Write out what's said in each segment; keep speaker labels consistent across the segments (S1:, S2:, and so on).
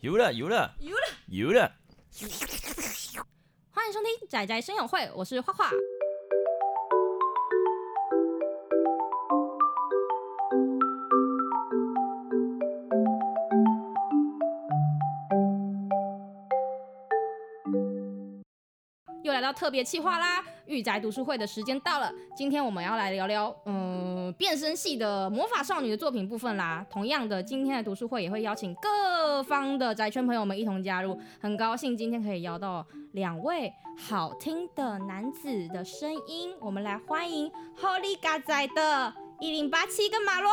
S1: 有了，有了，
S2: 有了，
S1: 有了。
S2: 欢迎收听仔仔声友会，我是画画。又来到特别企划啦！御宅读书会的时间到了，今天我们要来聊聊，嗯、变身系的魔法少女的作品部分啦。同样的，今天的读书会也会邀请各方的宅圈朋友们一同加入。很高兴今天可以邀到两位好听的男子的声音，我们来欢迎 Holy 嘎仔的一零八七跟马罗。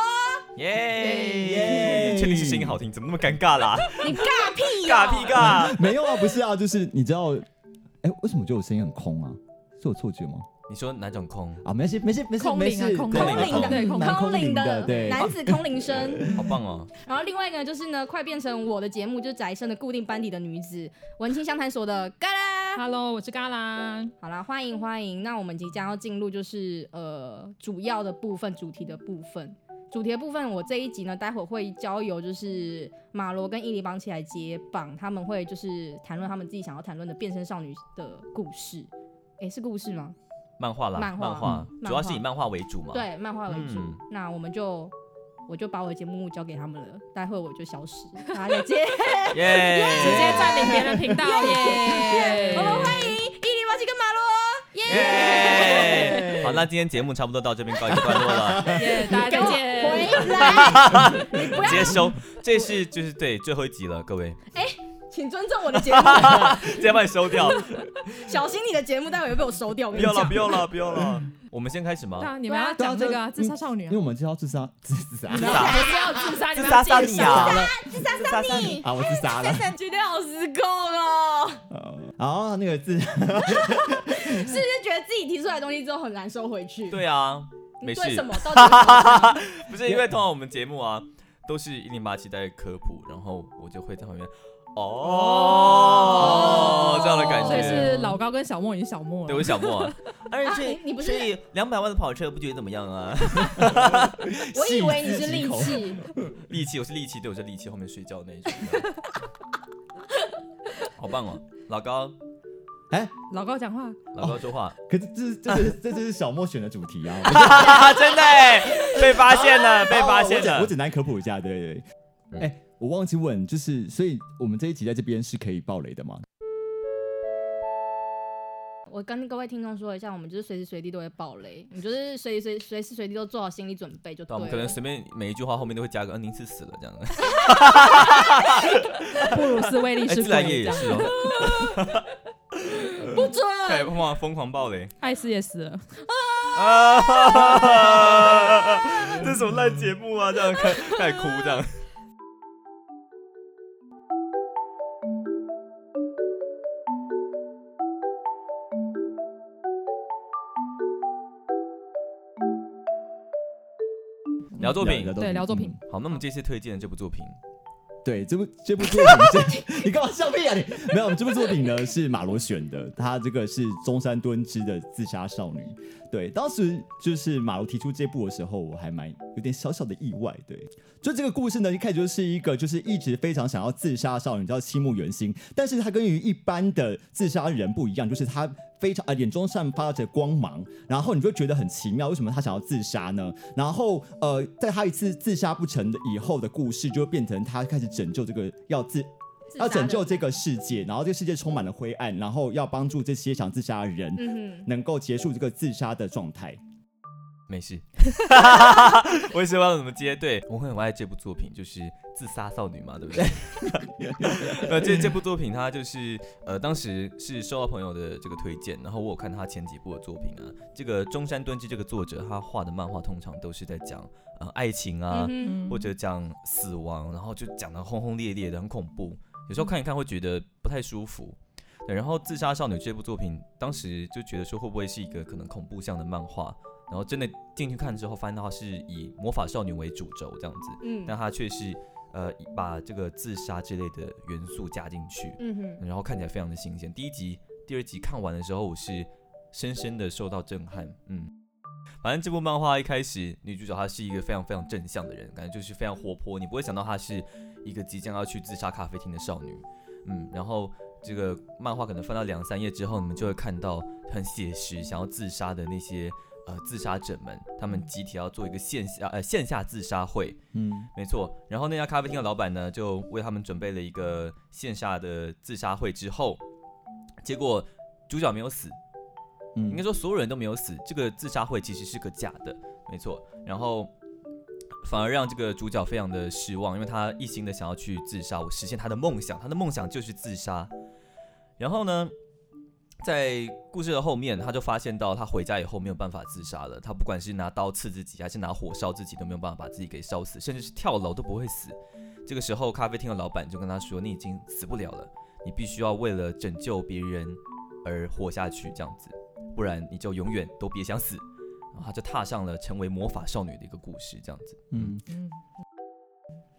S1: 耶！确定是声音好听，怎么那么尴尬 啦？
S2: 你尬屁哦呀、
S1: 尬屁 尬！
S3: 没有啊，不是啊，就是你知道，哎、为什么我觉得我声音很空啊？是我错觉吗？
S1: 你说哪种空？
S3: 啊，没事，没事，没事，
S4: 空灵啊
S3: 没事，
S4: 空
S3: 对
S2: 空灵
S3: 对
S2: 的，
S4: 空
S3: 蛮
S2: 空灵
S3: 的，对，哦
S2: 男子啊空灵声。
S1: 好棒哦！
S2: 然后另外一个就是呢，快变成我的节目就是宅生的固定班底的女子，文青相谈所的嘎啦。
S4: Hello，我是嘎 啦。
S2: 好啦，欢迎欢迎。那我们即将要进入就是呃主要的部分，主题的部分。主题的部分，我这一集呢，待会会交由就是马罗跟伊犁帮起来接棒，他们会就是谈论他们自己想要谈论的变身少女的故事。诶，是故事吗？
S1: 漫画啦，
S2: 漫画
S1: 画
S2: 嗯
S1: 主要是以漫画为主嘛。，
S2: 对，漫画为主。
S1: 嗯
S2: 那我们就我就把我的节目交给他们了，待会我就消失，大家再见。
S1: 耶！
S4: 直接占领别人频道 耶！
S2: 我们欢迎伊犁巴西跟马罗，耶！
S1: 耶！好，那今天节目差不多到这边告一个段落 了，
S4: 耶，大
S2: 给
S4: 家
S2: 我
S4: 再见。
S2: 回来，
S1: 直接收。这是就是对最后一集了，各位，
S2: 哎请尊重我的节目，
S1: 直接把你收掉。
S2: 小心你的节目待会会被我收掉。我
S1: 不
S2: 跟你
S1: 要了，
S2: 讲
S1: 不要了，不要了。
S2: 嗯
S1: 我们先开始吗？
S4: 那你们要讲这个啊自杀少女
S3: 因
S4: 啊
S3: 为，我们知道自杀，自自杀
S1: 自杀，
S4: 不是要自杀，你
S1: 自
S4: 们
S1: 杀
S4: 要
S1: 杀
S4: 自
S1: 你啊
S4: 杀。！
S1: 自杀杀你！
S3: 啊，我自杀了。
S2: 今天好失控哦，
S3: 好，那个自，
S2: 是不是觉得自己提出来的东西之后很难收回去？，
S1: 对啊，没
S2: 你
S1: 事。
S2: 对什么到底有 什么想法？
S1: 不是因为通常我们节目啊，都是一零八七在科普，然后我就会在旁边哦这样的感
S4: 所以
S1: 觉。
S4: 是老高跟小莫，你是小莫
S1: 对，
S4: 了。
S1: 我是小莫啊， 而
S2: 啊
S1: 且
S2: 你你不是
S1: 所以两百万的跑车不觉得怎么样啊？
S2: 我以为你是利
S3: 口
S2: 器，
S1: 利器，我是利器，对，我是利器，后面睡觉那一种。 好棒哦，老高，
S3: 哎，
S4: 老高讲话，
S1: 老高说话，
S3: 可是这这是这就是小莫选的主题啊。
S1: 哦 哈哈，真的耶被发现了，被 发
S3: 我
S1: 现
S3: 简我
S1: 了。
S3: 简单科普一下，对对
S1: 嗯
S3: 对。哎，我忘记问，就是所以我们这一集在这边是可以爆雷的吗？
S2: 我跟各位听众说一下，我们就是随时随地都会爆雷，你就是随时随随时随地都做好心理准备就
S1: 对，啊
S2: 对
S1: 我
S2: 了。
S1: 们可能随便每一句话后面都会加个“嗯，您是死了”这样的。
S4: 布鲁斯威利
S1: 哎，
S4: 是
S1: 自然也也
S4: 鬼这
S1: 是
S4: 样，
S1: 哦，
S2: 不准，
S1: 对，哎疯狂疯狂暴雷。
S4: 艾斯也死了。
S1: 啊！ 这什么烂节目啊？这样开开始哭这样。聊作品
S3: 聊
S4: 对聊作品。
S3: 嗯
S1: 好，那我们这次推荐的这部作品，
S3: 对，这部这部作品是， 你干嘛笑屁啊你？没有，这部作品呢是马罗选的，他这个是中山敦之的《自杀少女》。对，当时就是马罗提出这部的时候，我还蛮有点小小的意外。对，就这个故事呢，一开始就是一个就是一直非常想要自杀的少女，叫西木原心，但是她跟于一般的自杀人不一样，就是她非常啊、眼中散发着光芒，然后你就觉得很奇妙，为什么她想要自杀呢？然后呃，在她一次自杀不成的以后的故事，就变成她开始拯救这个要自
S2: 自杀
S3: 要
S2: 的
S3: 拯救这个世界，然后这个世界充满了灰暗，然后要帮助这些想自杀的人。
S2: 嗯
S3: 能够结束这个自杀的状态，
S1: 没事。 我也是不知道怎么接。对，我会很爱这部作品，就是《自杀少女》嘛，对不对？ 呃，这这部作品它就是呃，当时是受到朋友的这个推荐，然后我有看他前几部的作品啊。这个中山敦之这个作者，他画的漫画通常都是在讲呃爱情啊，
S2: 哼，嗯
S4: 嗯
S1: 或者讲死亡，然后就讲的轰轰烈烈的，很恐怖。有时候看一看会觉得不太舒服。对，然后《自杀少女》这部作品，当时就觉得说会不会是一个可能恐怖向的漫画，然后真的进去看之后，发现它是以魔法少女为主轴这样子，
S2: 哼，
S1: 但它却是呃以把这个自杀之类的元素加进去，
S2: 嗯哼，
S1: 然后看起来非常的新鲜。第一集、第二集看完的时候，我是深深的受到震撼。嗯，反正这部漫画一开始，女主角她是一个非常非常正向的人，感觉就是非常活泼，你不会想到她是一个即将要去自杀咖啡厅的少女，嗯，然后这个漫画可能翻到两三页之后，你们就会看到很写实想要自杀的那些呃自杀者们，他们集体要做一个线下呃线下自杀会，
S3: 嗯，
S1: 没错。然后那家咖啡厅的老板呢，就为他们准备了一个线下的自杀会之后，结果主角没有死，
S3: 嗯
S1: 应该说所有人都没有死，这个自杀会其实是个假的，没错。然后反而让这个主角非常的失望，因为他一心的想要去自杀，我实现他的梦想，他的梦想就是自杀。然后呢，在故事的后面，他就发现到他回家以后没有办法自杀了，他不管是拿刀刺自己，还是拿火烧自己，都没有办法把自己给烧死，甚至是跳楼都不会死。这个时候，咖啡厅的老板就跟他说：“你已经死不了了，你必须要为了拯救别人而活下去，这样子。”不然你就永远都别想死。然后她就踏上了成为魔法少女的一个故事，这样子。
S3: 嗯，
S4: 嗯，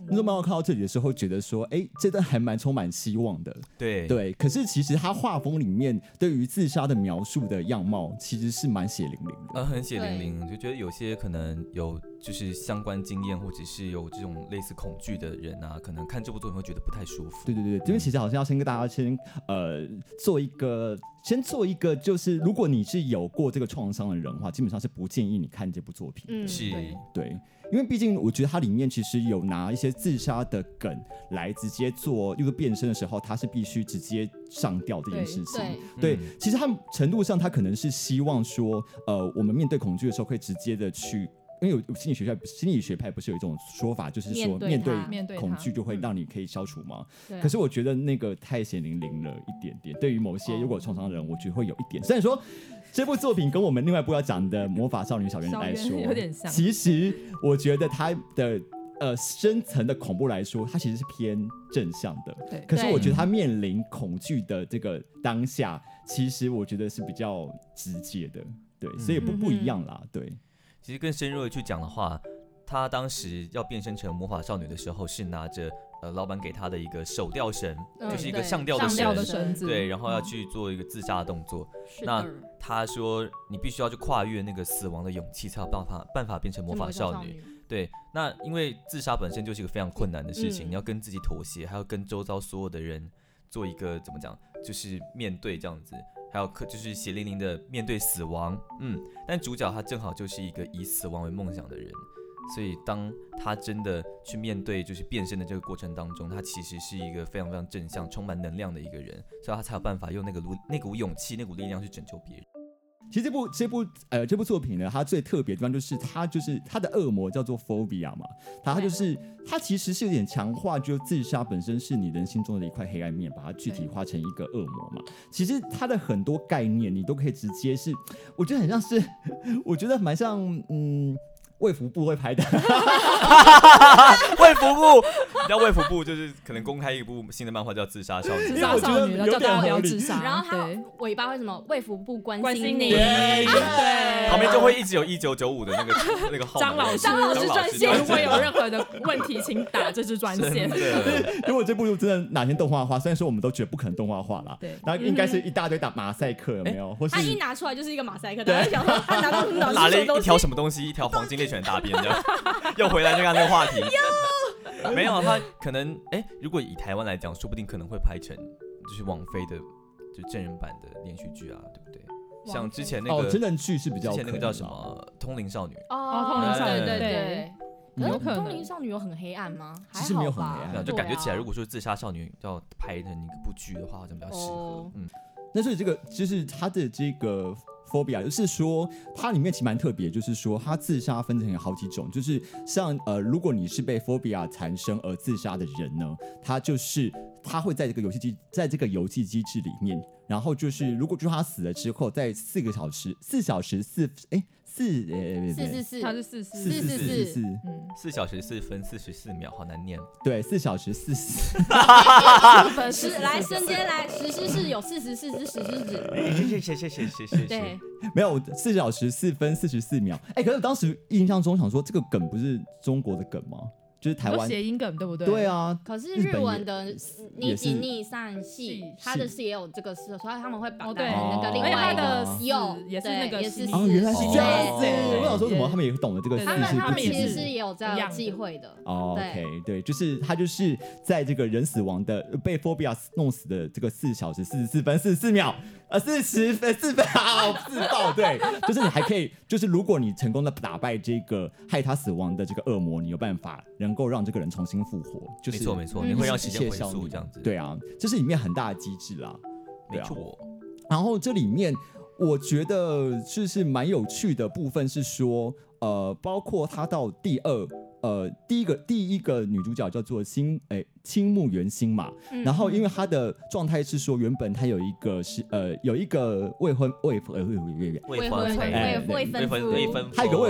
S3: 那漫画看到这里的时候，觉得说，哎，这段还蛮充满希望的。
S1: 对
S3: 对，可是其实他画风里面对于自杀的描述的样貌，其实是蛮血淋淋的。
S1: 呃，很血淋淋，就觉得有些可能有就是相关经验，或者是有这种类似恐惧的人啊，可能看这部作品会觉得不太舒服。
S3: 对对对，这边其实好像要先跟大家先呃做一个，先做一个，就是如果你是有过这个创伤的人的话，基本上是不建议你看这部作品。
S2: 嗯，
S1: 是，
S2: 对
S3: 对，因为毕竟我觉得它里面其实有拿一些自杀的梗来直接做，例如变身的时候，它是必须直接上吊这件事情。
S2: 对，
S3: 对，
S1: 嗯
S3: 其实他们程度上，他可能是希望说，呃，我们面对恐惧的时候，可以直接的去，因为有有心理学派，心理学派不是有一种说法，就是说
S2: 面对
S3: 面
S2: 它
S3: 对
S4: 面对它嗯
S3: 恐惧就会让你可以消除吗？
S2: 对啊
S3: 可是我觉得那个太血淋淋了一点点，对于某
S4: 哦
S3: 些如果有创伤的人，我觉得会有一点。虽然说这部作品跟我们另外一部要讲的《魔法少女小圆》
S4: 小
S3: 来
S4: 圆
S3: 说
S4: 有点像
S3: 其实我觉得它的。呃，深层的恐怖来说，它其实是偏正向的。
S4: 对
S3: 可是
S2: 对
S3: 我觉得他面临恐惧的这个当下，其实我觉得是比较直接的，对，所以不
S2: 嗯
S3: 不一样啦，对，
S1: 其实更深入的去讲的话，她当时要变身成魔法少女的时候，是拿着呃老板给她的一个手吊绳，
S2: 嗯
S1: 就是一个
S2: 对
S1: 上吊的
S4: 上吊的
S1: 绳，
S4: 绳子，
S1: 对，然后要去做一个自杀的动作。
S2: 是
S1: 那
S2: 的
S1: 他说你必须要去跨越那个死亡的勇气，才有办法办法变成魔法少女。，对，那因为自杀本身就是一个非常困难的事情，
S2: 嗯
S1: 你要跟自己妥协，还要跟周遭所有的人做一个怎么讲，就是面对这样子，还有可就是血淋淋的面对死亡。嗯，但主角他正好就是一个以死亡为梦想的人。所以，当他真的去面对就是变身的这个过程当中，他其实是一个非常非常正向、充满能量的一个人，所以他才有办法用那个如那股勇气、那股力量去拯救别人。
S3: 其实这部这部呃这部作品呢，它最特别的地方就是它就是它的恶魔叫做 phobia 嘛，它它就是它其实是有点强化，就自杀本身是你人心中的一块黑暗面，把它具体化成一个恶魔嘛。其实它的很多概念你都可以直接是，我觉得很像是， 我觉得蛮像嗯卫福部会拍的，
S1: 卫福部，你知道卫福部就是可能公开一部新的漫画叫《自杀少女》，
S4: 自
S3: 因为
S4: 杀
S3: 我觉
S4: 少
S3: 得
S4: 女，然后
S3: 有
S4: 叫
S3: 点
S4: 大家不
S3: 合
S4: 要
S3: 理
S4: 自
S1: 啊
S4: 杀，
S2: 然后它
S4: 对
S2: 尾巴会什么？卫福部关
S4: 关
S2: 心
S4: 心
S2: 你
S4: 你。
S3: 对
S4: 对
S1: 旁边就会一直有一九九五的那 个那个号码。
S4: 张老师，
S2: 张老师
S4: 专线，如果有任何的问题，请打这支专
S1: 真
S4: 线。
S1: 的，
S3: 如果这部真的哪天动画化，虽然说我们都觉得不可能动画化啦，
S4: 对
S3: 那应该是一大堆打马赛克，有没有？或是
S2: 他一拿出来就是一个马赛克，大家想说他拿到什么脑
S1: 拿
S2: 是
S1: 了
S2: 什么
S1: 一
S2: 东西
S1: 条？什么东西，一条黄金猎犬大便，这 样又回来就看那个话题。没有，他可能哎、如果以台湾来讲，说不定可能会拍成就是网飞的就真人版的连续剧啊，对不对？
S4: 飞
S1: 像之前那
S3: 哦，
S1: 个、
S3: 真人剧是比较
S1: 之前那个叫什
S3: 可能啊？
S1: 么《通灵少女》，
S2: 哦
S4: 通
S1: 灵少女
S2: 对对对
S4: 对。
S2: 可是
S4: 有可能
S2: 通灵少女有很黑暗吗？
S3: 其实没有很黑暗
S1: 对啊
S3: 嗯
S1: 就感觉起来，如果
S2: 果
S1: 说自杀少女要拍成一部剧的话，好像比较适合
S2: 哦。
S1: 嗯，
S3: 那所以这个就是它的这个 phobia，就是说它里面其实蛮特别，就是说它自杀分成有好几种，就是像呃，如果你是被 phobia 缠身而自杀的人呢，他就是他会在这个游戏机在这个游戏机制里面，然后就是如果就是他死了之后，在四个小时四小时四哎四呃
S2: 四四四，
S4: 他是四四
S3: 四四四四四
S4: 嗯，
S1: 四小时四分四十四秒，好难念。
S3: 对四小时四四。
S4: 分
S2: 十来瞬间来，十只是有四十四只石狮子，
S1: 谢谢谢谢谢谢
S2: 对，
S3: 没有四小时四分四十四秒。哎、可是当时印象中想说，这个梗不是中国的梗吗？就是台
S4: 很多
S3: 湾，
S4: 谐音梗对不对？
S3: 对，啊，
S2: 可是
S3: 日
S2: 日
S3: 本也
S2: 文的
S3: 也
S2: 你
S3: 是
S2: 几逆散系
S4: 系，
S2: 它的是也有这个是，所以他们会把
S4: 哦
S2: 它
S4: 对
S2: 那个另
S4: 而且
S2: 外
S4: 他
S2: 一个。
S4: 的
S3: 哦
S4: 死
S2: 有
S4: 也是
S2: 对
S4: 那个
S2: 也是
S4: 西
S3: 哦，
S2: 死
S3: 原来是这样子，
S2: 对
S3: 我想说怎么他们也懂得这个
S4: 对
S3: 字
S2: 哦他们
S4: 对对
S3: 是
S2: 他
S3: 不
S2: 们
S4: 也
S2: 其
S3: 歧
S2: 实
S4: 是
S2: 是
S3: 视。
S2: 也有这
S4: 一
S2: 样
S4: 样的
S2: 忌讳的，
S3: 哦
S2: 对
S3: OK，对，就是他就是在这个人死亡的呃被 phobia 弄死的这个四小时四十四分四十四秒，呃四十分四分好自爆，对，就是你还可以，就是如果你成功的打败这个害他死亡的这个恶魔，你有办法能够让这个人重新复活，就
S1: 没
S3: 是
S1: 错没错，
S2: 嗯
S1: 你会让时
S3: 谢
S1: 间
S3: 谢
S1: 回
S3: 效
S1: 溯
S3: 率
S1: 这样子，，
S3: 对啊，这是里面很大的机制啦，对
S1: 没
S3: 啊
S1: 错。
S3: 然后这里面我觉得就是蛮有趣的部分是说，呃，包括他到第二。呃，第一个第一个女主角叫做新，诶，青木原新嘛。
S2: 嗯
S3: 然后因为她的状态是说，原本她有一个是呃有一个未婚未婚呃未婚
S2: 未
S3: 未婚，
S1: 婚
S2: 婚
S1: 夫
S2: 未
S3: 哎
S2: 未未
S1: 未
S2: 婚
S1: 婚
S2: 夫
S1: 未婚夫，
S3: 她有个
S2: 未
S3: 未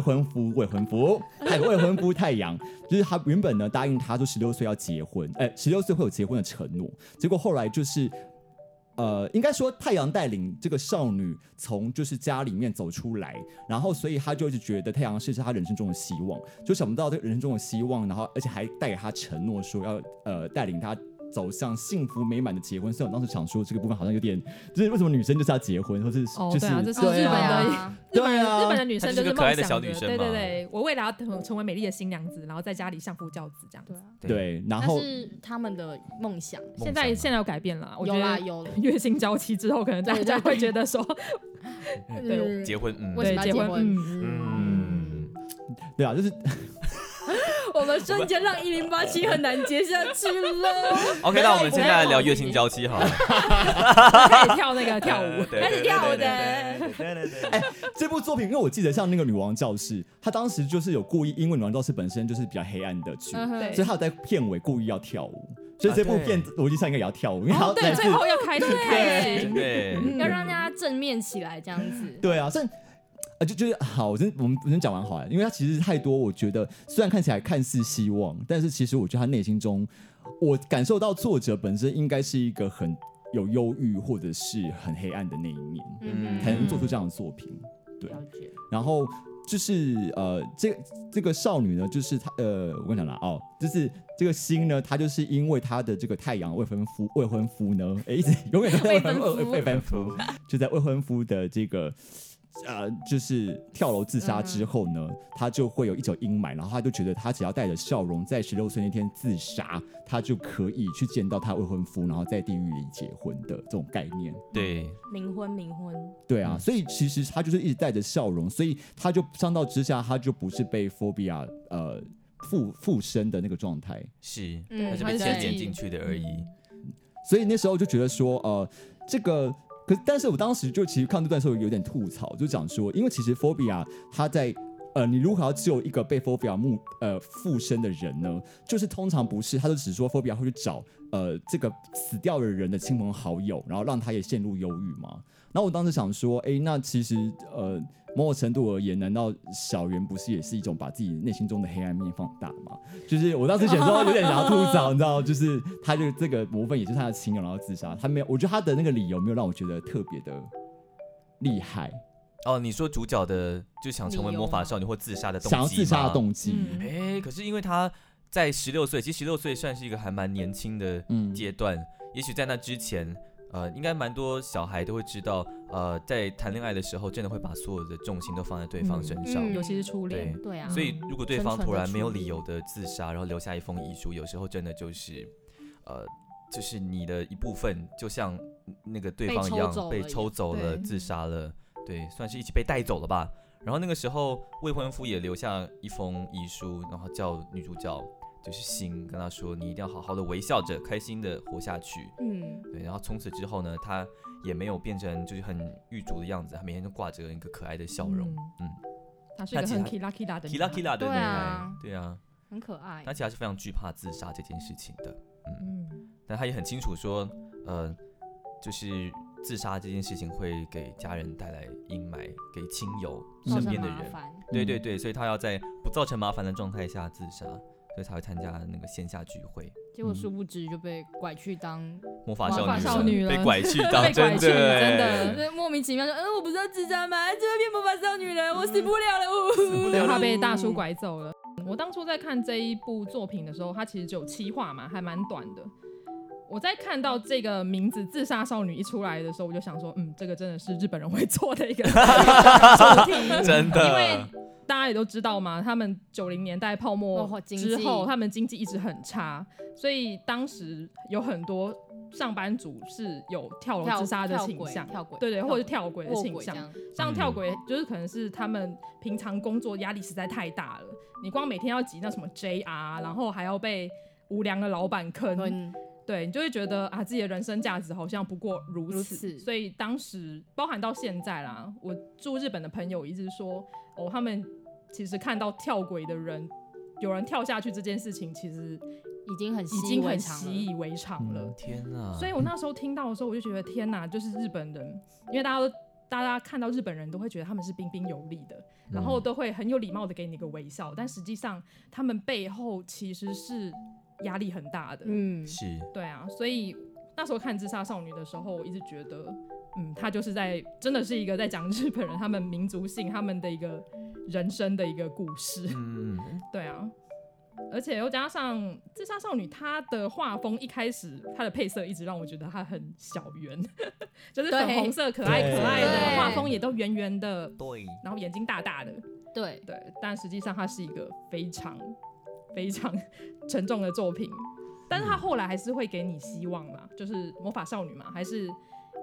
S2: 婚夫
S3: 未婚夫未婚夫， 她有个未婚夫太阳，就是她原本呢答应他说十六岁要结婚，哎、十六岁会有结婚的承诺，结果后来就是。呃，应该说太阳带领这个少女从就是家里面走出来，然后所以她就一直觉得太阳是她人生中的希望，就想不到这个人生中的希望，然后而且还带给她承诺说要呃带领她走向幸福美满的结婚。所以我当时想说这个部分好像有点，就是为什么女生就是要结婚，或是
S4: 哦
S3: 就是、
S4: 对啊这是
S3: 对
S4: 日本
S3: 啊
S4: 的
S2: 啊，
S4: 日本人、
S3: 对啊
S4: 日本的女生
S1: 她
S4: 就是
S1: 就是个可爱
S4: 梦
S1: 的
S4: 想
S1: 小女生嘛
S4: 对对对，我未来要成成为美丽的新娘子，然后在家里相夫教子这样子。
S2: 对啊，
S3: 对，然
S2: 那
S3: 后
S2: 是他们的梦想，
S4: 现
S1: 梦
S4: 在
S1: 想啊
S4: 现在有改变了，我觉
S2: 有啦
S4: 得
S2: 有，
S4: 月薪娇妻之后，可能大
S2: 对对
S4: 家
S2: 对
S4: 会觉得说，对
S2: 嗯
S1: 结婚，嗯，
S2: 为什么要
S4: 对
S2: 结
S4: 结婚
S2: 婚？
S1: 嗯，
S3: 对啊，就是
S2: 我们瞬间让一零八七很难接下去了。
S1: OK，那我们现在来聊月薪娇妻好了，，
S4: 开始跳那个跳舞
S1: 对
S2: 开始跳舞的，
S1: 对对对对对对对对
S3: 哎，这部作品，因为我记得像那个女王教室，她当时就是有故意，因为女王教室本身就是比较黑暗的剧，
S2: 嗯哼
S4: 对
S3: 所以她有在片尾故意要跳舞，所以这部
S1: 啊对
S3: 片逻辑上应该也要跳舞，因为她
S4: 哦
S3: 要来
S4: 对，
S3: 自
S4: 最后要开始开
S2: 对
S4: 心。
S1: 对对
S3: 嗯
S2: 要让大家正面起来，这样子。
S3: 对啊，但啊就就是好，我真我们先讲完好了，因为它其实太多，我觉得虽然看起来看似希望，但是其实我觉得他内心中，我感受到作者本身应该是一个很有忧郁或者是很黑暗的那一面，
S2: 嗯哼，
S3: 才能做出这样的作品。对
S2: 了解。
S3: 然后就是呃，这这个少女呢，就是她呃，我跟你讲啦，哦，就是这个心呢，她就是因为她的这个太阳未婚夫未婚夫呢， 哎，一直永远都在未婚夫未婚夫，就在未婚夫的这个。呃，就是跳楼自杀之后呢，她就会有一种阴霾，然后她就觉得她只要带着笑容，在十六岁那天自杀，她就可以去见到她未婚夫，然后在地狱里结婚的这种概念。
S1: 对，
S2: 冥婚，冥婚，
S3: 对啊，所以其实他就是一直带着笑容，所以他就相到之下，他就不是被 phobia 呃附附身的那个状态。
S1: 是，
S2: 嗯
S1: 他是
S2: 他
S1: 被
S2: 是
S1: 牵
S2: 自
S1: 连
S4: 己
S1: 进去的而已。
S3: 所以那时候就觉得说，呃，这个可，但是我当时就其实看这段时候有点吐槽，就讲说，因为其实 phobia 它在。呃，你如何要救一个被 phobia 目呃附身的人呢？就是通常不是，他就只说 phobia 会去找呃这个死掉的人的亲朋好友，然后让他也陷入忧郁嘛。然后我当时想说，诶，那其实呃某种程度而言，难道小圆不是也是一种把自己内心中的黑暗面放大吗？就是我当时想说有点想要吐槽，你知道，就是他就这个魔粉也是他的亲友，然后自杀，他没有，我觉得他的那个理由没有让我觉得特别的厉害，
S1: 哦，你说主角的就想成为
S2: 理由
S1: 魔法
S2: 吗
S1: 少女或自杀的动机
S3: 想要自杀
S1: 吗
S3: 的动机，
S4: 嗯
S1: 哎，可是因为他在十六岁，其实十六岁算是一个还蛮年轻的
S3: 嗯，
S1: 阶段，也许在那之前，呃，应该蛮多小孩都会知道，呃，在谈恋爱的时候，真的会把所有的重心都放在对方身上。
S2: 嗯
S4: 尤其是初恋，
S2: 对啊，
S1: 所以，如果对
S2: 纯
S1: 方
S2: 纯
S1: 突
S2: 的
S1: 然没有
S2: 处理
S1: 理由的自杀，然后留下一封遗书，有时候真的就是，呃，就是你的一部分，就像那个对
S2: 被
S1: 方一
S2: 抽
S1: 样
S2: 走
S1: 被
S2: 了
S1: 抽走了、
S4: 对
S1: 自杀了，对，算是一起被带走了吧。然后那个时候，未婚夫也留下一封遗书，然后叫女主角就是心跟她说，你一定要好好的微笑着，开心的活下去。
S2: 嗯，
S1: 对，然后从此之后呢，她也没有变成就是很玉足的样子，她每天都挂着一个可爱的笑容，嗯，
S4: 她是一个
S1: 那
S4: 很
S1: 其
S4: kila kila 的
S1: k i
S4: 女
S1: l a
S4: 孩
S1: k i l a 的
S2: 嗯对
S1: 女孩
S2: 啊，
S1: 对啊。
S2: 很可爱
S1: 他。其实是非常惧怕自杀这件事情的，
S4: 哎嗯，
S1: 但他也很清楚说，呃，就是自杀这件事情会给家人带来阴霾，给亲友
S2: 造
S1: 身
S2: 成
S1: 边的
S2: 麻
S1: 人，
S2: 烦
S1: 对
S4: 嗯
S1: 对对，所以他要在不造成麻烦的状态下自杀，所以才会参加那个线下聚会。
S2: 结果殊不知就被拐去当，
S1: 魔法
S2: 魔
S1: 少
S2: 法
S1: 女
S2: 少
S1: 神
S4: 女
S1: 被
S4: 了
S1: 拐 去当
S4: 被拐
S1: 真
S4: 去
S1: 的
S4: 真
S1: 欸，
S4: 的
S2: 对，莫名其妙说，嗯，我不是要自杀吗？怎么变魔法少女了？我死不了了，呜。
S1: 死不
S4: 对，
S1: 了
S4: 她
S1: 了
S4: 被大叔拐走了。我当初在看这一部作品的时候，它其实只有七话嘛，还蛮短的。我在看到这个名字“自杀少女”一出来的时候，我就想说，嗯，这个真的是日本人会做的一个 主题，
S1: 哎真
S4: 因为
S1: 的，
S4: 大家也都知道嘛，他们九零年代泡沫
S2: 哦经济
S4: 之后，他们经济一直很差，所以当时有很多上班族是有跳楼
S2: 跳
S4: 自杀的
S2: 跳
S4: 倾
S2: 轨
S4: 向，
S2: 跳轨
S4: 对对，
S2: 跳
S4: 或者
S2: 轨
S4: 跳轨的
S2: 卧
S4: 倾
S2: 轨这
S4: 向。
S2: 样，
S4: 像
S2: 嗯
S4: 跳轨，就是可能是他们平常工作压力实在太大了，你光每天要挤那什么 JR，然后还要被无良的老板坑，
S2: 嗯，
S4: 对你就会觉得啊，自己的人生价值好像不过如此。
S2: 如此
S4: 所以当时，包含到现在啦，我住日本的朋友一直说，哦，他们其实看到跳轨的人，有人跳下去这件事情，其实
S2: 已经很
S4: 已
S2: 习以
S4: 经
S2: 为
S4: 很
S2: 常了嗯
S4: 习以为常了。
S1: 天啊！
S4: 所以我那时候听到的时候，我就觉得天哪，就是日本人，因为大家都大家看到日本人都会觉得他们是彬彬有礼的，
S1: 嗯
S4: 然后都会很有礼貌的给你一个微笑，但实际上他们背后其实是压力很大的。
S2: 嗯，
S1: 是
S4: 对啊，所以那时候看《自杀少女》的时候，我一直觉得，嗯，她就是在真的是一个在讲日本人他们民族性、他们的一个人生的一个故事。
S1: 嗯，
S4: 对啊，而且又加上《自杀少女》，她的画风一开始她的配色一直让我觉得她很小圆， 就是
S2: 对
S4: 粉红色可爱可爱
S2: 对
S4: 的画风，也都圆圆的，
S1: 对，
S4: 然后眼睛大大的，
S2: 对，
S4: 对。但实际上它是一个非常非常沉重的作品，但是它后来还是会给你希望啦，就是魔法少女嘛，还是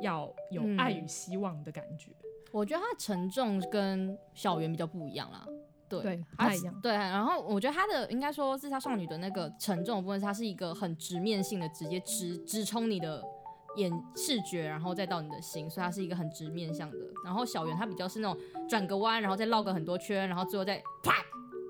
S4: 要有
S2: 嗯
S4: 爱与希望的感觉。
S2: 我觉得它的沉重跟小圆比较不一样啦。对，
S4: 对不
S2: 它
S4: 太
S2: 是
S4: 一样
S2: 对，然后我觉得它的应该说自杀少女的那个沉重的部分，它是一个很直面性的，直接直直冲你的眼视觉，然后再到你的心，所以它是一个很直面向的。然后小圆它比较是那种转个弯，然后再绕个很多圈，然后最后再啪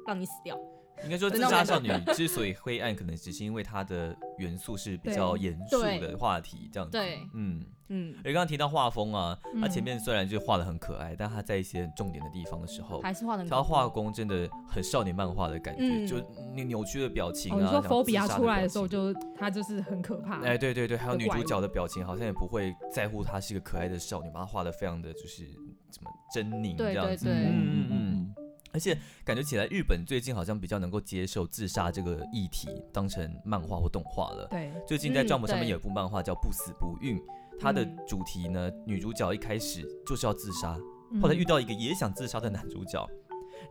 S2: 让你死掉。
S1: 应该说自杀少女 之所以灰暗，可能只是因为它的元素是比较
S4: 对
S1: 严肃
S2: 对
S1: 的话题，这样子。
S2: 对，
S1: 嗯，
S2: 嗯，
S1: 而刚刚提到画风啊，它
S4: 嗯
S1: 前面虽然就画的很可爱，但它在一些很重点的地方的时候，
S2: 还是画的
S1: 它画工真的很少年漫画的感觉，
S2: 嗯
S1: 就你扭曲的表情啊，
S4: 哦，你说
S1: 然后自
S4: phobia
S1: 杀
S4: 出来
S1: 表
S4: 的时候
S1: 情
S4: 就，她就是很可怕。
S1: 哎，对对对，还有
S4: 的
S1: 女
S4: 怪
S1: 主
S4: 物
S1: 角的表情，好像也不会在乎她是一个可爱的少女，把她画的非常的就是怎么狰狞这
S2: 对
S1: 样
S2: 对
S1: 子，
S2: 对
S1: 嗯嗯嗯。而且感觉起来，日本最近好像比较能够接受自杀这个议题，当成漫画或动画了。
S4: 对，
S1: 最近在
S2: 嗯
S1: Jump 上面
S2: 对
S1: 有一部漫画叫《不死不孕》，它的
S2: 嗯
S1: 主题呢，女主角一开始就是要自杀，后
S4: 嗯
S2: 嗯
S1: 来遇到一个也想自杀的男主角，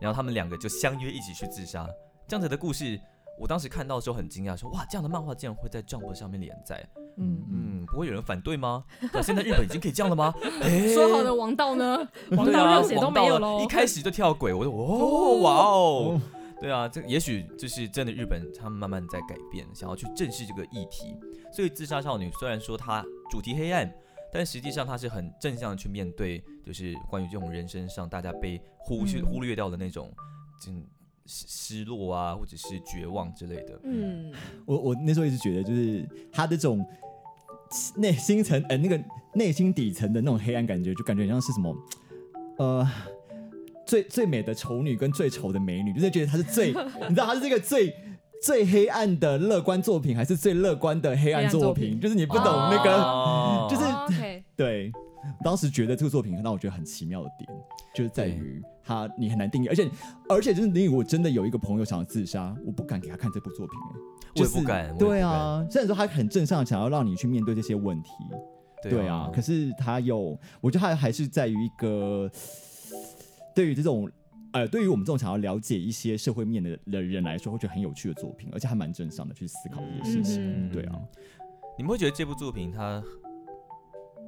S1: 然后他们两个就相约一起去自杀。这样子的故事，我当时看到的时候很惊讶，说哇，这样的漫画竟然会在 Jump 上面连载，
S4: 嗯
S1: 嗯，不会有人反对吗？那现在日本已经可以这样了 吗？哎
S2: 说好的王道呢？
S4: 嗯王
S1: 对啊
S4: 道热血都
S1: 王
S4: 没
S1: 道
S4: 有
S1: 了
S4: 喽
S1: 一。开始就跳轨，我 就哦哇哦，对啊，这也许就是真的日本他们慢慢在改变，想要去正视这个议题，所以自杀少女虽然说它主题黑暗。但实际上，它是很正向的去面对，就是关于这种人身上大家被忽视、
S4: 嗯
S1: 忽略掉的那种，嗯，失失落啊，或者是绝望之类的。
S2: 嗯，
S3: 我我那时候一直觉得，就是他的这种内心层，呃，那个内心底层的那种黑暗感觉，就感觉很像是什么，呃。最最美的丑女跟最丑的美女，就是觉得她是 最，你知道她是这个最最黑暗的乐观作品，还是最乐观的黑
S4: 黑
S3: 暗
S4: 暗
S3: 作
S4: 作
S3: 品？
S4: 品
S3: 就是你不懂那个，
S1: 哦
S3: 就是
S2: 哦 OK，
S3: 对，当时觉得这个作品让我觉得很奇妙的点，就是在于它你很难定义，而且而且就是你我真的有一个朋友想要自杀，我不敢给他看这部作品、欸，
S1: 我
S3: 就
S1: 也
S3: 是
S1: 不敢，我
S3: 对
S1: 也不敢，
S3: 啊，虽然说他很正向，想要让你去面对这些问题，对啊，可是他有，我觉得他还是在于一个对于这种。呃，对于我们这种想要了解一些社会面的的人来说，会觉得很有趣的作品，而且还蛮正向的去思考这些事情。
S2: 嗯
S3: 对啊，
S1: 你们会觉得这部作品它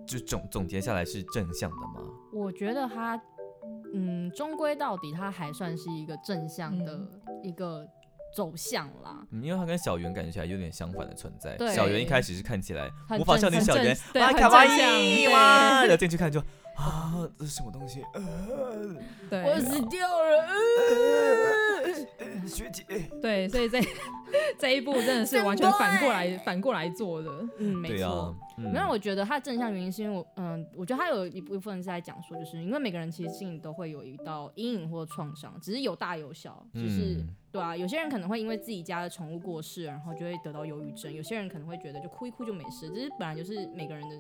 S1: 就总总结下来是正向的吗？
S2: 我觉得它，嗯，终归到底，它还算是一个正向的一个走向啦。
S1: 嗯因为它跟小圆感觉起来有点相反的存在。
S2: 对
S1: 小圆一开始是看起来
S2: 很
S1: 魔法少女
S2: 正
S1: 小圆，
S4: 对
S1: 哇，
S4: 很
S1: 卡哇
S4: 正向
S1: 伊
S4: 对
S1: 哇，然后进去看就啊，这是什么东西？
S4: 对
S2: 我死掉了，
S1: 呃学姐，
S4: 对，所以这这一步真的欸是完全反过来反过来做的。
S2: 嗯，没
S1: 对
S2: 错。
S1: 啊，嗯
S2: 没有，我觉得它的正向原因是因为我，嗯，我觉得它有一部分是在讲说，就是因为每个人其实心里都会有一道阴影或创伤，只是有大有小，就是、
S1: 嗯
S2: 对啊，有些人可能会因为自己家的宠物过世，然后就会得到忧郁症；有些人可能会觉得就哭一哭就没事，只是本来就是每个人的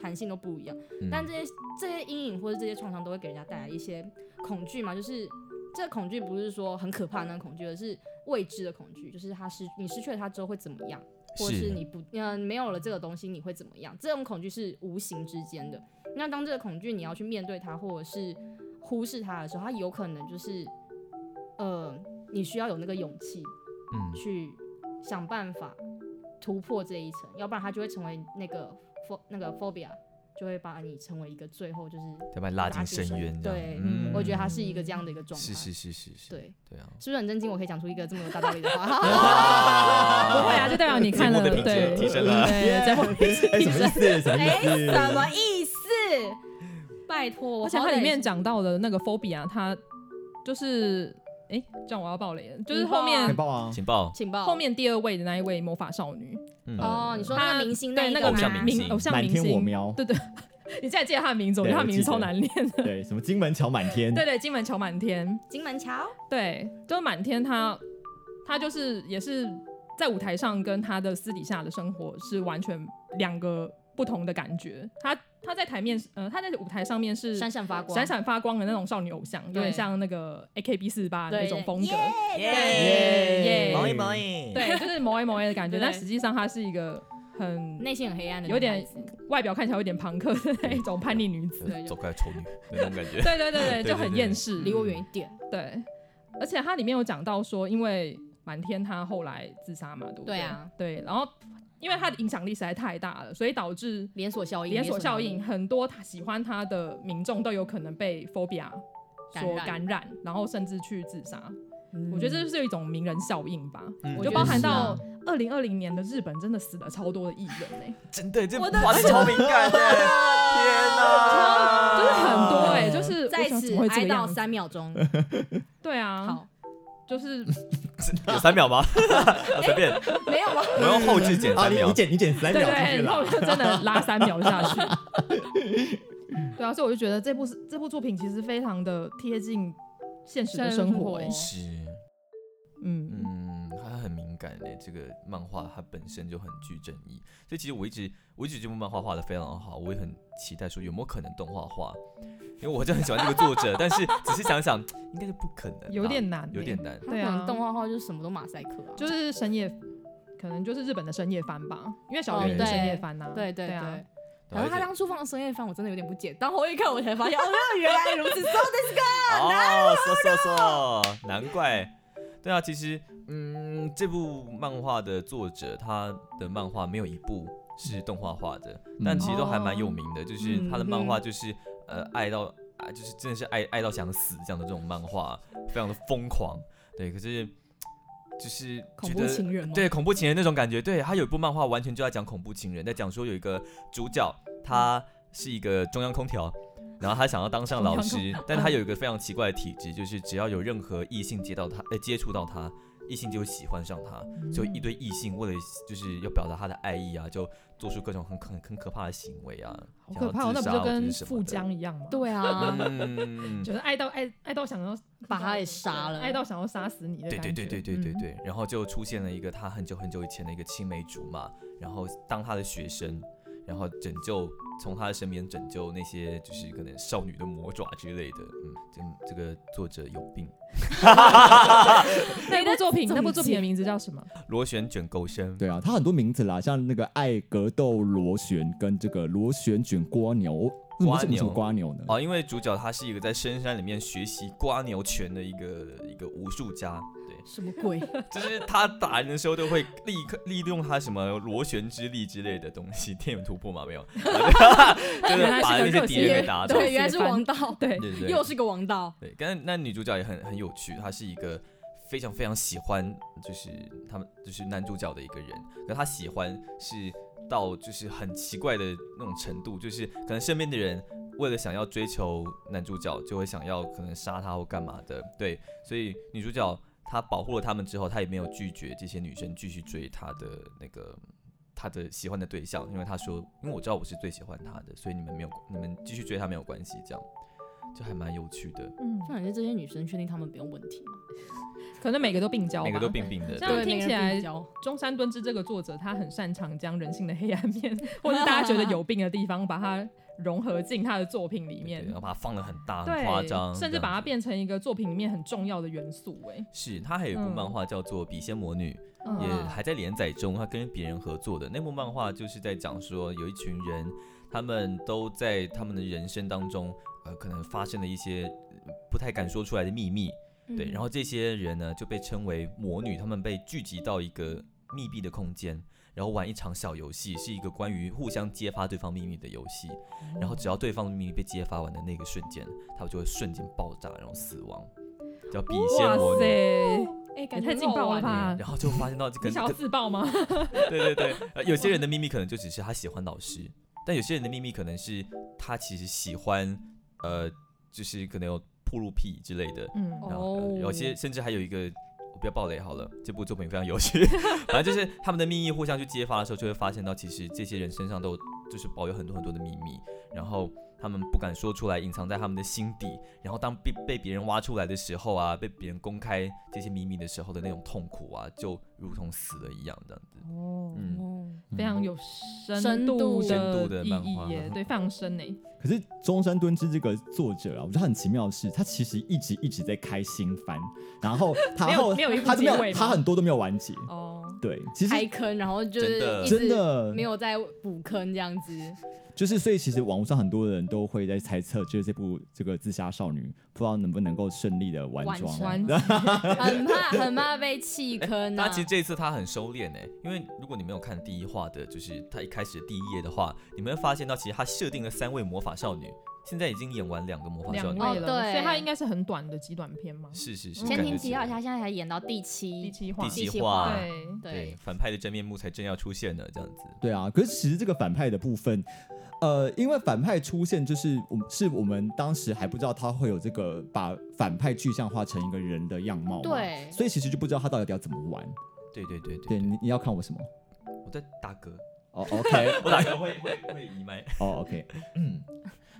S2: 弹性都不一样。
S1: 嗯
S2: 但这些这些阴影或者这些创伤都会给人家带来一些恐惧嘛，就是这恐惧不是说很可怕的那个恐惧，而是未知的恐惧，就是他失你失去了它之后会怎么样，或
S1: 是
S2: 是你不嗯、没有了这个东西你会怎么样？这种恐惧是无形之间的。那当这个恐惧你要去面对它，或者是忽视它的时候，它有可能就是呃，你需要有那个勇气
S1: 嗯，
S2: 去想办法突破这一层，要不然它就会成为那个 pho 那个 phobia，就会把你成为一个最后就是
S1: 再把你拉进深渊，这样。
S2: 对
S1: 嗯
S2: 我觉得它是一个这样的一个状态。
S1: 是是是是是，
S2: 对，
S1: 对啊，
S2: 是不是很震惊？我可以讲出一个这么有大道理的 话。
S4: 不会啊，就代表你看了
S1: 节目的品质
S4: 对
S1: 提升了
S4: 对，节目品质
S3: 哎，
S4: 提
S3: 什么
S4: 升
S3: 意。思？什么意思？
S2: 什么意思？拜托，
S4: 而
S2: 我
S4: 且它
S2: 好歹
S4: 里面讲到的那个 phobia，它就是哎，这样我要爆雷了，就是
S2: 你爆啊
S4: 后
S3: 很
S4: 面
S3: 棒啊！
S1: 情报，
S2: 情报
S4: 后面第二位的那一位魔法少女，
S1: 嗯，
S2: 哦，你说那
S4: 她
S2: 个明星
S4: 对
S2: 一
S4: 那
S2: 个
S4: 个
S1: 偶像
S2: 吗
S1: 明星
S4: 偶像
S3: 满
S4: 明
S3: 天火
S4: 星，
S3: 苗，
S4: 对对，你现在记得他的名字，我
S3: 对
S4: 觉得他
S3: 我
S4: 名
S3: 记
S4: 字超
S3: 得
S4: 难念 的。
S3: 对，什么金门桥满天，
S4: 对对，金门桥满天，
S2: 金门桥
S4: 对，就是满天他，他就是也是在舞台上跟他的私底下的生活是完全两个不同的感觉。他他在台面，呃，他在舞台上面是
S2: 闪闪发光，
S4: 嗯闪闪发光的那种少女偶像，有点
S2: 对
S4: 像那个 A K B 四八
S2: 对
S4: 那种风格，
S3: 耶
S4: 耶
S3: 毛一毛
S1: 一
S4: 对，就是萌萌 的感觉。
S2: 对
S4: 但实际上她是一个很
S2: 内心很黑暗的女孩子，
S4: 有点外表看起来有点朋克的那一种叛 逆女子。
S2: 对
S1: 走
S2: 就
S1: 开，丑女那种感觉，
S4: 对对对
S1: 对
S4: 对，
S1: 对
S4: 就很
S1: 对
S4: 厌世，
S2: 离我远一点。
S4: 对，而且它里面有讲到说，因为满天他后来自杀嘛，对不对？
S2: 对啊，
S4: 对，然后因为他的影响力实在太大了，所以导致
S2: 连锁效应，
S4: 连锁效应，很多他喜欢他的民众都有可能被 phobia
S2: 感
S4: 所
S2: 染
S4: 感染，然后甚至去自杀。
S2: 嗯
S4: 我觉得这是一种名人效应吧，
S1: 嗯
S2: 我觉得
S4: 就包含
S2: 是啊
S4: 到二零二零年的日本真的死了超多的艺人哎、
S1: 真的，这
S2: 我的
S1: 哇，这超敏感的，天哪，
S4: 就是很多哎、就是我
S2: 啊在
S4: 想
S2: 此
S4: 怎么会这
S2: 哀
S4: 个样
S2: 悼
S4: 子？
S2: 三秒 钟。
S4: 对啊，
S2: 好，
S4: 就是
S1: 有三秒吗？ 啊随便，
S2: 没
S4: 啊
S2: 有吗？
S1: 我们用后置剪
S3: 啊，
S1: 三
S3: 你
S1: 秒
S3: 你。剪你剪
S1: 哎
S3: 三
S4: 对
S3: 秒
S4: 对，
S3: 进去
S4: 然后
S3: 了，
S4: 就真的拉三秒下 去。对啊，所以我就觉得这部是这部作品其实非常的贴近现实的生活、
S2: 生活
S4: 欸
S1: 是，
S4: 嗯，
S1: 嗯，他很敏感的这个漫画，它本身就很具争议，所以其实我一直我一直这部漫画画的非常好，我也很期待说有没有可能动画化，因为我就很喜欢这个作者，但是仔细想想，应该是不可能啊，
S4: 有点难欸、
S1: 有点难。
S4: 对啊
S2: 它可能动画化就是什么都马赛克啊，
S4: 就是深夜，可能就是日本的深夜番吧，因为
S1: 哦
S4: 小圆也是深夜番呐、
S2: 对对
S4: 对啊
S2: 对。然后
S1: 而
S2: 他
S1: 且
S2: 当初放深夜番，我真的有点不解。当后一看，我才 发现，哦，原来如此。So this
S1: 哦，说说说，难怪。对啊，其实，嗯，这部漫画的作者他的漫画没有一部是动画化的，
S2: 嗯
S1: 但其实都还蛮有名的，
S2: 哦
S1: 就是他的漫画就是、呃爱到啊，就是真的是爱爱到想死这样的这种漫画，非常的疯狂。对，可是就是
S2: 恐
S1: 觉
S2: 怖
S1: 得
S2: 情
S4: 哦
S2: 人吗？
S1: 对恐怖情人那种感觉，对他有一部漫画完全就在讲恐怖情人，在讲说有一个主角，他是一个中央空调，然后他想要当上老
S4: 嗯中
S1: 师，但
S4: 嗯
S1: 他有一个非常奇怪的体质，就是只要有任何异性接到他，呃，接触到他，异性就会喜欢上他，
S4: 嗯
S1: 所以一堆异性为了就是要表达他的爱意啊，就做出各种很很很可怕的行为啊，
S4: 好
S1: 想
S4: 可
S1: 要
S4: 怕、哦，那
S1: 自杀
S4: 不就
S1: 或者
S4: 跟
S1: 是什么
S4: 富
S1: 的
S4: 江一样吗？，
S2: 对啊，
S1: 嗯，
S4: 就是爱到爱爱到想要
S2: 把他给杀了
S4: 爱到想要杀死你的
S1: 对
S4: 感觉。
S1: 对对对对对
S4: 嗯
S1: 对，然后就出现了一个他很久很久以前的一个青梅竹马，然后当他的学生，然后拯救从他的身边拯救那些就是可能少女的魔爪之类的，嗯，这这个作者有病，
S4: 哎那部作品，
S2: 总
S4: 那部作品
S2: 结
S4: 的名字叫什么？
S1: 螺旋卷钩身，
S3: 对啊，它很多名字啦，像那个爱格斗螺旋跟这个螺旋卷蜗牛，嗯为什么
S1: 蜗
S3: 是为什
S1: 牛
S3: 么蜗牛呢？
S1: 哦，因为主角他是一个在深山里面学习瓜牛拳的一个一个武术家，对，
S2: 什么 鬼？
S1: 就是他打人的时候都会立刻利用他什么螺旋之力之类的东西， 天眼突破嘛没有，就是
S4: 原来是
S1: 把
S4: 个
S1: 那些
S4: 热
S1: 敌
S4: 血
S1: 人
S4: 也
S1: 给打倒。
S2: 对，原来是王道，
S4: 对，
S1: 对对对，
S2: 又是个王道。
S1: 对，但是那女主角也很很有趣，她是一个非常非常喜欢，就是他们就是男主角的一个人，可她喜欢是到就是很奇怪的那种程度，就是可能身边的人为了想要追求男主角，就会想要可能杀他或干嘛的，对，所以女主角她保护了他们之后，她也没有拒绝这些女生继续追她的那个。她的喜欢的对象，因为她说，因为我知道我是最喜欢她的，所以你们没有，你们继续追她没有关系，这样就还蛮有趣的。
S4: 嗯，
S2: 那你觉得这些女生确定她们没有问题吗？
S4: 可能每个都病娇吧。
S1: 每个都病病的，
S4: 这样
S1: 对，
S4: 听
S2: 每个
S4: 起
S2: 人
S4: 来
S2: 病娇
S4: 中山敦之这个作者，他很擅长将人性的黑暗面，或者大家觉得有病的地方，把它融合进他的作品里
S1: 对
S4: 面
S1: 然，后把它放的很大，很夸张，
S4: 对，甚至
S1: 这样
S4: 把它
S1: 子
S4: 变成一个作品里面很重要的元素。哎，
S1: 是他还有一部
S4: 嗯
S1: 漫画叫做《笔仙魔女》，
S4: 嗯
S1: 也还在连载中，他跟别人合作的那部漫画就是在讲说，有一群人，他们都在他们的人生当中，呃，可能发生了一些呃不太敢说出来的秘密，
S4: 嗯
S1: 对，然后这些人呢就被称为魔女，他们被聚集到一个密闭的空间，然后玩一场小游戏，是一个关于互相揭发对方秘密的游戏，
S4: 哦
S1: 然后只要对方的秘密被揭发完的那个瞬间，他们就会瞬间爆炸，然后死亡，叫笔仙
S4: 哇
S1: 魔女。
S4: 塞，
S2: 哎、
S4: 也
S2: 感觉
S4: 太劲爆了
S2: 很好玩！
S4: 吧
S1: 嗯！然后就发现 到这
S4: 你
S1: 个
S4: 想要自爆吗？
S1: 对对 对，呃有些人的秘密可能就只是他喜欢老师，但有些人的秘密可能是他其实喜欢，呃，就是可能有铺路癖之类的。
S4: 嗯，
S1: 然后、呃有
S2: 哦
S1: 些甚至还有一个，我不要暴雷好了，这部作品非常有趣。 反正就是他们的秘密互相去揭发的时候，就会发现到其实这些人身上都就是保有很多很多的秘密，然后他们不敢说出来，隐藏在他们的心底。然后当被被别人挖出来的时候啊，被别人公开这些秘密的时候的那种痛苦啊，就如同死了一样这样子。
S4: 哦
S1: 嗯
S4: 非常有
S2: 深
S4: 度
S2: 度
S1: 深度
S4: 的
S1: 的
S4: 意
S1: 漫
S4: 义
S1: 画
S4: 耶，对，非常深诶。
S3: 可是中山敦之这个作者啊，我觉得他很奇妙的是，他其实一直一直在开新番，然后他
S4: 没有
S3: 后
S4: 没有一部
S3: 他都没
S4: 结
S3: 有
S4: 尾吗
S3: 他很多都没有完结。
S4: 哦，
S3: 对，其实
S2: 开坑，然后就是
S1: 真的
S2: 一直
S3: 真的
S2: 没有在补坑这样子。
S3: 就是，所以其实网络上很多人都会在猜测，就是这部这个《自杀少女》不知道能不能够顺利的完
S2: 完
S3: 妆。啊
S2: 成
S4: 完结
S2: 很怕很怕被弃坑
S1: 哎那
S2: 啊！
S1: 其实这一次他很收敛哎，因为如果你没有看第一话的，就是他一开始的第一页的话，你们会发现到其实他设定了三位魔法少女，现在已经演完两个魔法少
S4: 两
S1: 女，
S4: 位
S2: 哦
S4: 了，
S2: 对
S4: 所以它应该是很短的极短片嘛，
S1: 是是是，
S2: 先
S1: 感
S2: 听
S1: 觉
S2: 几
S1: 是
S2: 号，他现在才演到第
S4: 第
S2: 七，
S4: 七话
S1: 第，
S2: 七
S1: 七
S2: 话
S1: 话，
S4: 对，
S1: 对
S2: 对，
S1: 反派的真面目才正要出现呢，这样子，
S3: 对啊，可是其实这个反派的部分，呃，因为反派出现就是我们是我们当时还不知道他会有这个把反派具象化成一个人的样貌嘛，
S2: 对
S3: 所以其实就不知道他到底要怎么玩。
S1: 对对对
S3: 对
S1: 对，
S3: 你你要看我什么？
S1: 我在打嗝，
S3: 哦、o k
S1: 我打嗝会会会移 麦，
S3: 哦，OK，嗯，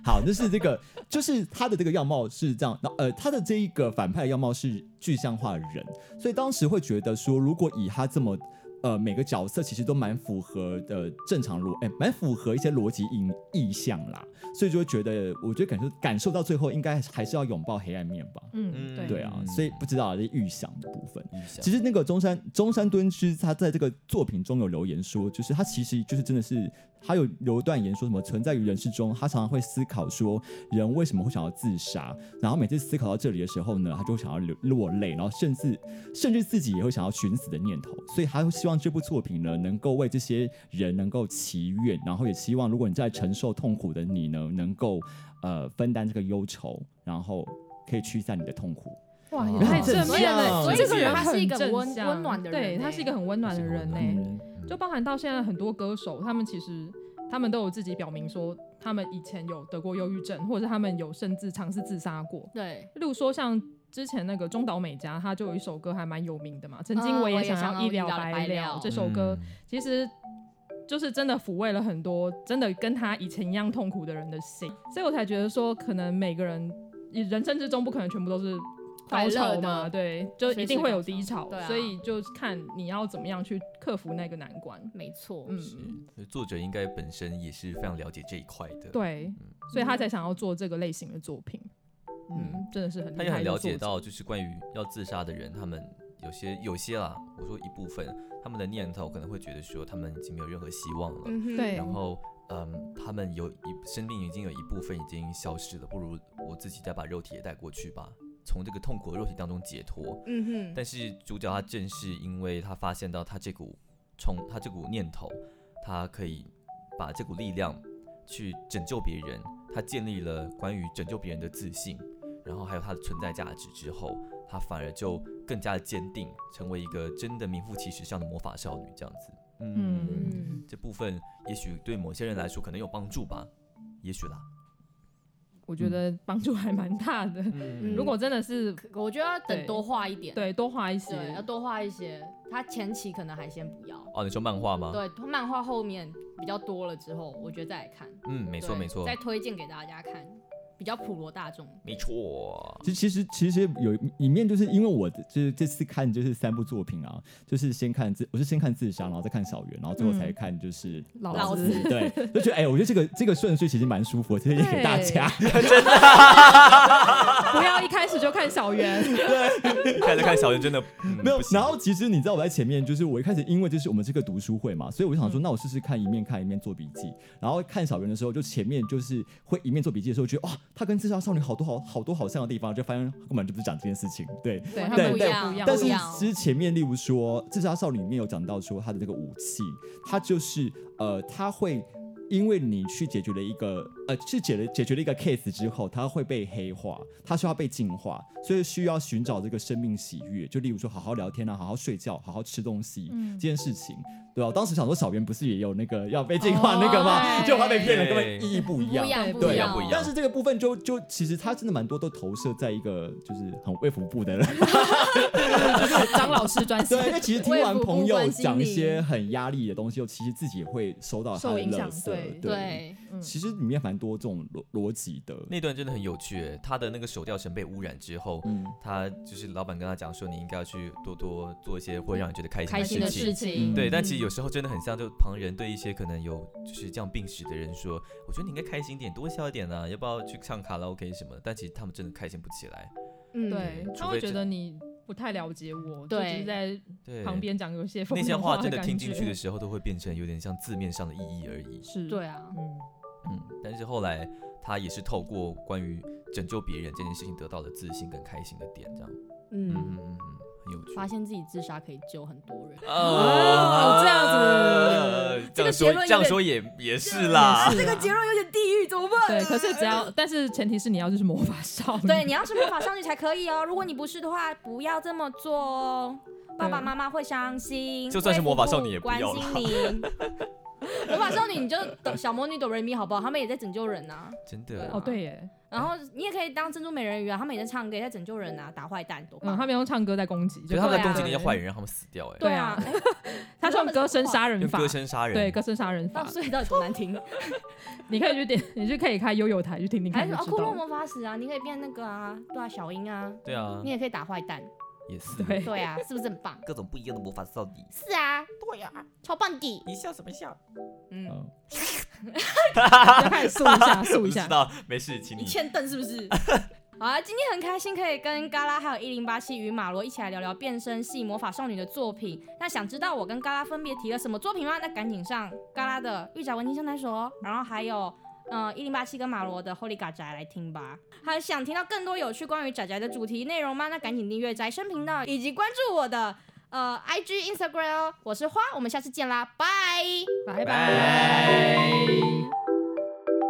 S3: 好，就是这个，就是他的这个样貌是这样，那呃，他的这一个反派样貌是具象化的人，所以当时会觉得说，如果以他这么。呃，每个角色其实都蛮符合呃正常逻，哎、蛮符合一些逻辑意意象啦，所以就会觉得，我觉得感受感受到最后，应该还是要拥抱黑暗面吧。
S4: 嗯，
S1: 嗯
S3: 对啊，所以不知道啊这是预想的部分。
S1: 预想
S3: 其实那个中山中山敦之，他在这个作品中有留言说，就是他其实就是真的是，他有留一段言说什么存在于人世中，他常常会思考说人为什么会想要自杀，然后每次思考到这里的时候呢，他就会想要流落泪，然后甚至甚至自己也会想要寻死的念头，所以他会希望这部作品呢能够为这些人能够祈愿，然后也希望如果你在承受痛苦的你呢，能够呃分担这个忧愁，然后可以驱散你的痛苦。
S4: 哇，也
S3: 哇
S4: 太正
S3: 所以
S4: 面了，
S3: 所以
S4: 这
S1: 所
S4: 个
S1: 以
S4: 人
S2: 他是
S4: 很
S2: 一个
S4: 正
S2: 温
S4: 向
S2: 温暖的人
S4: 对，
S2: 欸
S4: 他是一个很温暖的人
S1: 呢，
S4: 呢，
S1: 嗯
S4: 就包含到现在很多歌手，他们其实他们都有自己表明说，他们以前有得过忧郁症，或者是他们有甚至尝试自杀过，
S2: 对，
S4: 例如说像之前那个中岛美嘉，她就有一首歌还蛮有名的嘛，曾经
S2: 嗯
S4: 我
S2: 我也
S4: 想
S2: 想
S4: 要
S2: 要
S4: 一
S2: 一
S4: 了
S2: 了
S4: 百
S2: 百
S4: 了
S2: 了。
S4: 这首歌
S1: 嗯
S4: 其实就是真的抚慰了很多真的跟她以前一样痛苦的人的心，所以我才觉得说，可能每个人人生之中不可能全部都是。
S2: 快
S4: 高
S2: 乐
S4: 潮
S2: 的
S4: 嘛，对，就一定会有低
S2: 随时高潮
S4: 潮，
S2: 对啊
S4: 所以就看你要怎么样去克服那个难关。
S2: 没错，
S4: 嗯，
S1: 是作者应该本身也是非常了解这一块的，
S2: 嗯
S4: 对，所以他才想要做这个类型的作品。嗯，真的是很
S1: 他
S4: 厉
S1: 也
S4: 害
S1: 很
S4: 的
S1: 了
S4: 作
S1: 解
S4: 者
S1: 到，就是关于要自杀的人，他们有些有些啦，我说一部分，他们的念头可能会觉得说，他们已经没有任何希望了，
S2: 嗯哼
S4: 对
S1: 然后嗯，他们有一生命已经有一部分已经消失了，不如我自己再把肉体也带过去吧，从这个痛苦的肉体当中解脱。
S2: 嗯哼，
S1: 但是主角他正是因为他发现到他这股冲，他这股念头，他可以把这股力量去拯救别人，他建立了关于拯救别人的自信，然后还有他的存在价值之后，他反而就更加的坚定，成为一个真的名副其实上的魔法少女这样子。
S4: 嗯
S2: 嗯，
S1: 这部分也许对某些人来说可能有帮助吧，也许啦。
S4: 我觉得帮助还蛮大的。
S1: 嗯
S4: 如果真的是
S2: 可我觉得要
S4: 对
S2: 等多画一点，
S4: 对多画一
S2: 对，要
S4: 些，
S2: 多画一些。他前期可能还先不要，
S1: 哦，你说漫画吗？，
S2: 对，漫画后面比较多了之后，我觉得再来看。
S1: 嗯，没错
S2: 对
S1: 没错
S2: 再。推荐给大家看。比较普罗大众。
S1: 没 错，
S3: 其其实其实有里面就是因为我的就是这次看就是三部作品啊，就是先看自我是先看自杀，然后再看小圆，然后最后才看就是
S4: 老
S2: 老
S4: 子
S2: 子
S3: 对，就觉得哎、我觉得这个这个顺序其实蛮舒服的，推荐给大 家。
S4: 不要一开始就看 小圆，
S1: 开始看小圆真的、嗯、
S3: 没有
S1: 不，行
S3: 然后其实你知道我在前面，就是我一开始因为这是我们这个读书会嘛，所以我就想说，那我试试看一面看一面做笔记。然后看小圆的时候，就前面就是会一面做笔记的时候，觉得哇，他跟自杀少女好多好好多好像的地方，就发现根本就不是讲这件事情。对，
S4: 对
S2: 完
S4: 他
S2: 全
S4: 们
S2: 不一
S4: 对
S2: 样
S4: 不一样
S3: 但
S2: 不
S3: 是
S2: 一样
S3: 其实前面例如说《自杀少女》里面有讲到说他的这个武器，它就是呃，他会。因为你去解决了一个呃，去解了解决了一个 case 之后，它会被黑化，它需要被净化，所以需要寻找这个生命喜悦。就例如说，好好聊天啊，好好睡觉，好好吃东西、这件事情，对吧、我当时想说，小圆不是也有那个要被净化那个吗？
S4: 哦
S3: 就他被骗了，根
S1: 对
S3: 本意义不一
S2: 不
S3: 样
S2: 一。样，
S4: 对
S2: 不
S3: 对啊
S2: 一
S1: 不一样
S2: 样，
S3: 但是这个部分就就其实它真的蛮多都投射在一个就是很卫福部的人。
S4: 张老师专心
S3: 对，那其实听完朋友讲一些很压力的东西，其实自己也会收到他
S4: 受
S3: 的
S4: 影
S3: 垃
S4: 响
S3: 圾。
S4: 对
S2: 对，
S4: 嗯
S3: 其实里面蛮多这种逻逻辑的。
S1: 那段真的很有趣耶，他的那个手吊绳被污染之后，
S3: 嗯，
S1: 他就是老板跟他讲说，你应该要去多多做一些会让你觉得开
S2: 开
S1: 心
S2: 心
S1: 的
S2: 的
S1: 事
S2: 事
S1: 情。
S2: 情，
S1: 对，但其
S4: 嗯
S1: 实有时候真的很像，就旁人对一些可能有就是这样病史的人说，我觉得你应该开心一点，多笑一点啊，要不要去唱卡拉 OK 什么的？但其实他们真的开心不起来。
S2: 嗯，
S4: 对，
S1: 除
S4: 他会
S1: 非
S4: 觉
S1: 这
S4: 得你不太了解我，就
S2: 对
S4: 只是在
S1: 对，
S4: 旁边讲有一些风
S1: 那些
S4: 凉
S1: 话
S4: 话
S1: 真的
S4: 感
S1: 听进
S4: 觉
S1: 去的时候，都会变成有点像字面上的意义而已。
S4: 是，
S2: 对啊，
S4: 嗯，
S1: 嗯，但是后来他也是透过关于拯救别人这件事情得到了自信跟开心的点，这样。嗯嗯
S2: 嗯，
S1: 嗯嗯，很有趣。
S2: 发现自己自杀可以救很多人。
S1: 哦
S4: 哦这样
S1: 这
S2: 这
S1: 样说
S2: 个结论有
S1: 这样
S2: 点
S1: 说也也是啦
S4: 也。是啊
S2: 论有点地狱，怎么办？
S4: 对，可是只要，但是前提是你要就是魔法少 女，
S2: 对，你要是魔法少女才可以哦。如果你不是的话，不要这么做哦。爸爸妈妈会伤心，
S1: 就算是魔法少女也不
S2: 关
S1: 要
S2: 心你。 魔法少女你就抖小魔女哆瑞咪好不好？他们也在拯救人呐、
S1: 真的
S4: 哦对耶，
S2: 然后你也可以当珍珠美人鱼啊，他们也在唱歌，也在拯救人啊，打坏蛋多
S4: 嗯，
S2: 棒。
S4: 他们用唱歌在攻击，
S1: 可
S4: 就是
S1: 他们在
S2: 对啊
S1: 攻击那些坏人，让他们死掉哎、
S4: 对
S2: 对
S4: 啊
S2: 啊，哎
S4: 他是用歌声杀人
S1: 用
S4: 法
S1: 歌，声杀人。
S4: 对，歌声杀人
S2: 到
S4: 法，
S2: 所以到底多难 听？
S4: 你可以去点，你就可以开悠悠台去听听
S2: 还
S4: 看
S2: 是
S4: 就
S2: 哦，
S4: 知
S2: 骷
S4: 道
S2: 髅
S4: 了。
S2: 魔法使啊，你可以变那个啊，对啊，小樱啊，
S1: 对啊
S2: 你，也可以打坏蛋，
S1: 也是。
S4: 嗯对，
S2: 对啊，是不是很棒？
S1: 各种不一样的魔法少女，
S2: 是啊，对呀、超棒的。
S1: 你笑什么笑？
S2: 嗯，
S3: 嗯
S4: 要开始速一下，速
S1: 不
S4: 一
S1: 知
S4: 下。
S1: 道，没事，请
S2: 你
S1: 你。
S2: 欠瞪是不是？好啊，今天很开心可以跟嘎啦还有一零八七与马罗一起来聊聊变身系魔法少女的作品。那想知道我跟嘎啦分别提了什么作品吗？那赶紧上嘎啦的《玉宅文青相谈所》，然后还有。嗯，一零八七跟马罗的《Holy 嘎宅》来听吧。还想听到更多有趣关于宅宅的主题内容吗？那赶紧订阅宅生频道，以及关注我的呃 IG、Instagram 哦。我是花，我们下次见啦，拜。
S4: 拜
S1: 拜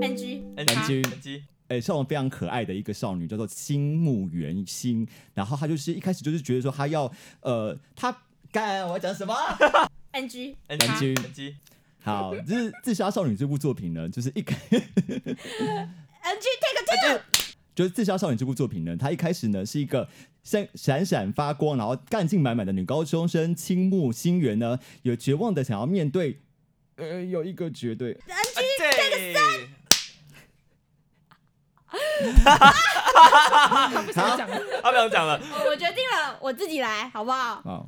S2: 安居，
S1: 安
S3: 安居
S1: 安居，
S3: 哎、少龙非常可爱的一个少女，叫做青木原心。然后她就是一开始就是觉得说她要呃，她干我要讲什么？
S2: 安居，
S1: 安
S3: 安居
S1: 安居，
S3: 好，就是《自杀少女》这部作品呢，就是一开。
S2: 安居，take a
S3: 就是《自杀少女》这部作品呢，它一开始呢是一个闪闪闪发光，然后干劲满满的女高中生青木心原呢，有绝望的想要面对，呃，有一个绝对，
S1: 啊对，
S4: 他不想讲了。
S1: 他不想讲了。
S2: 我决定了，我自己来，好不好？
S3: 啊、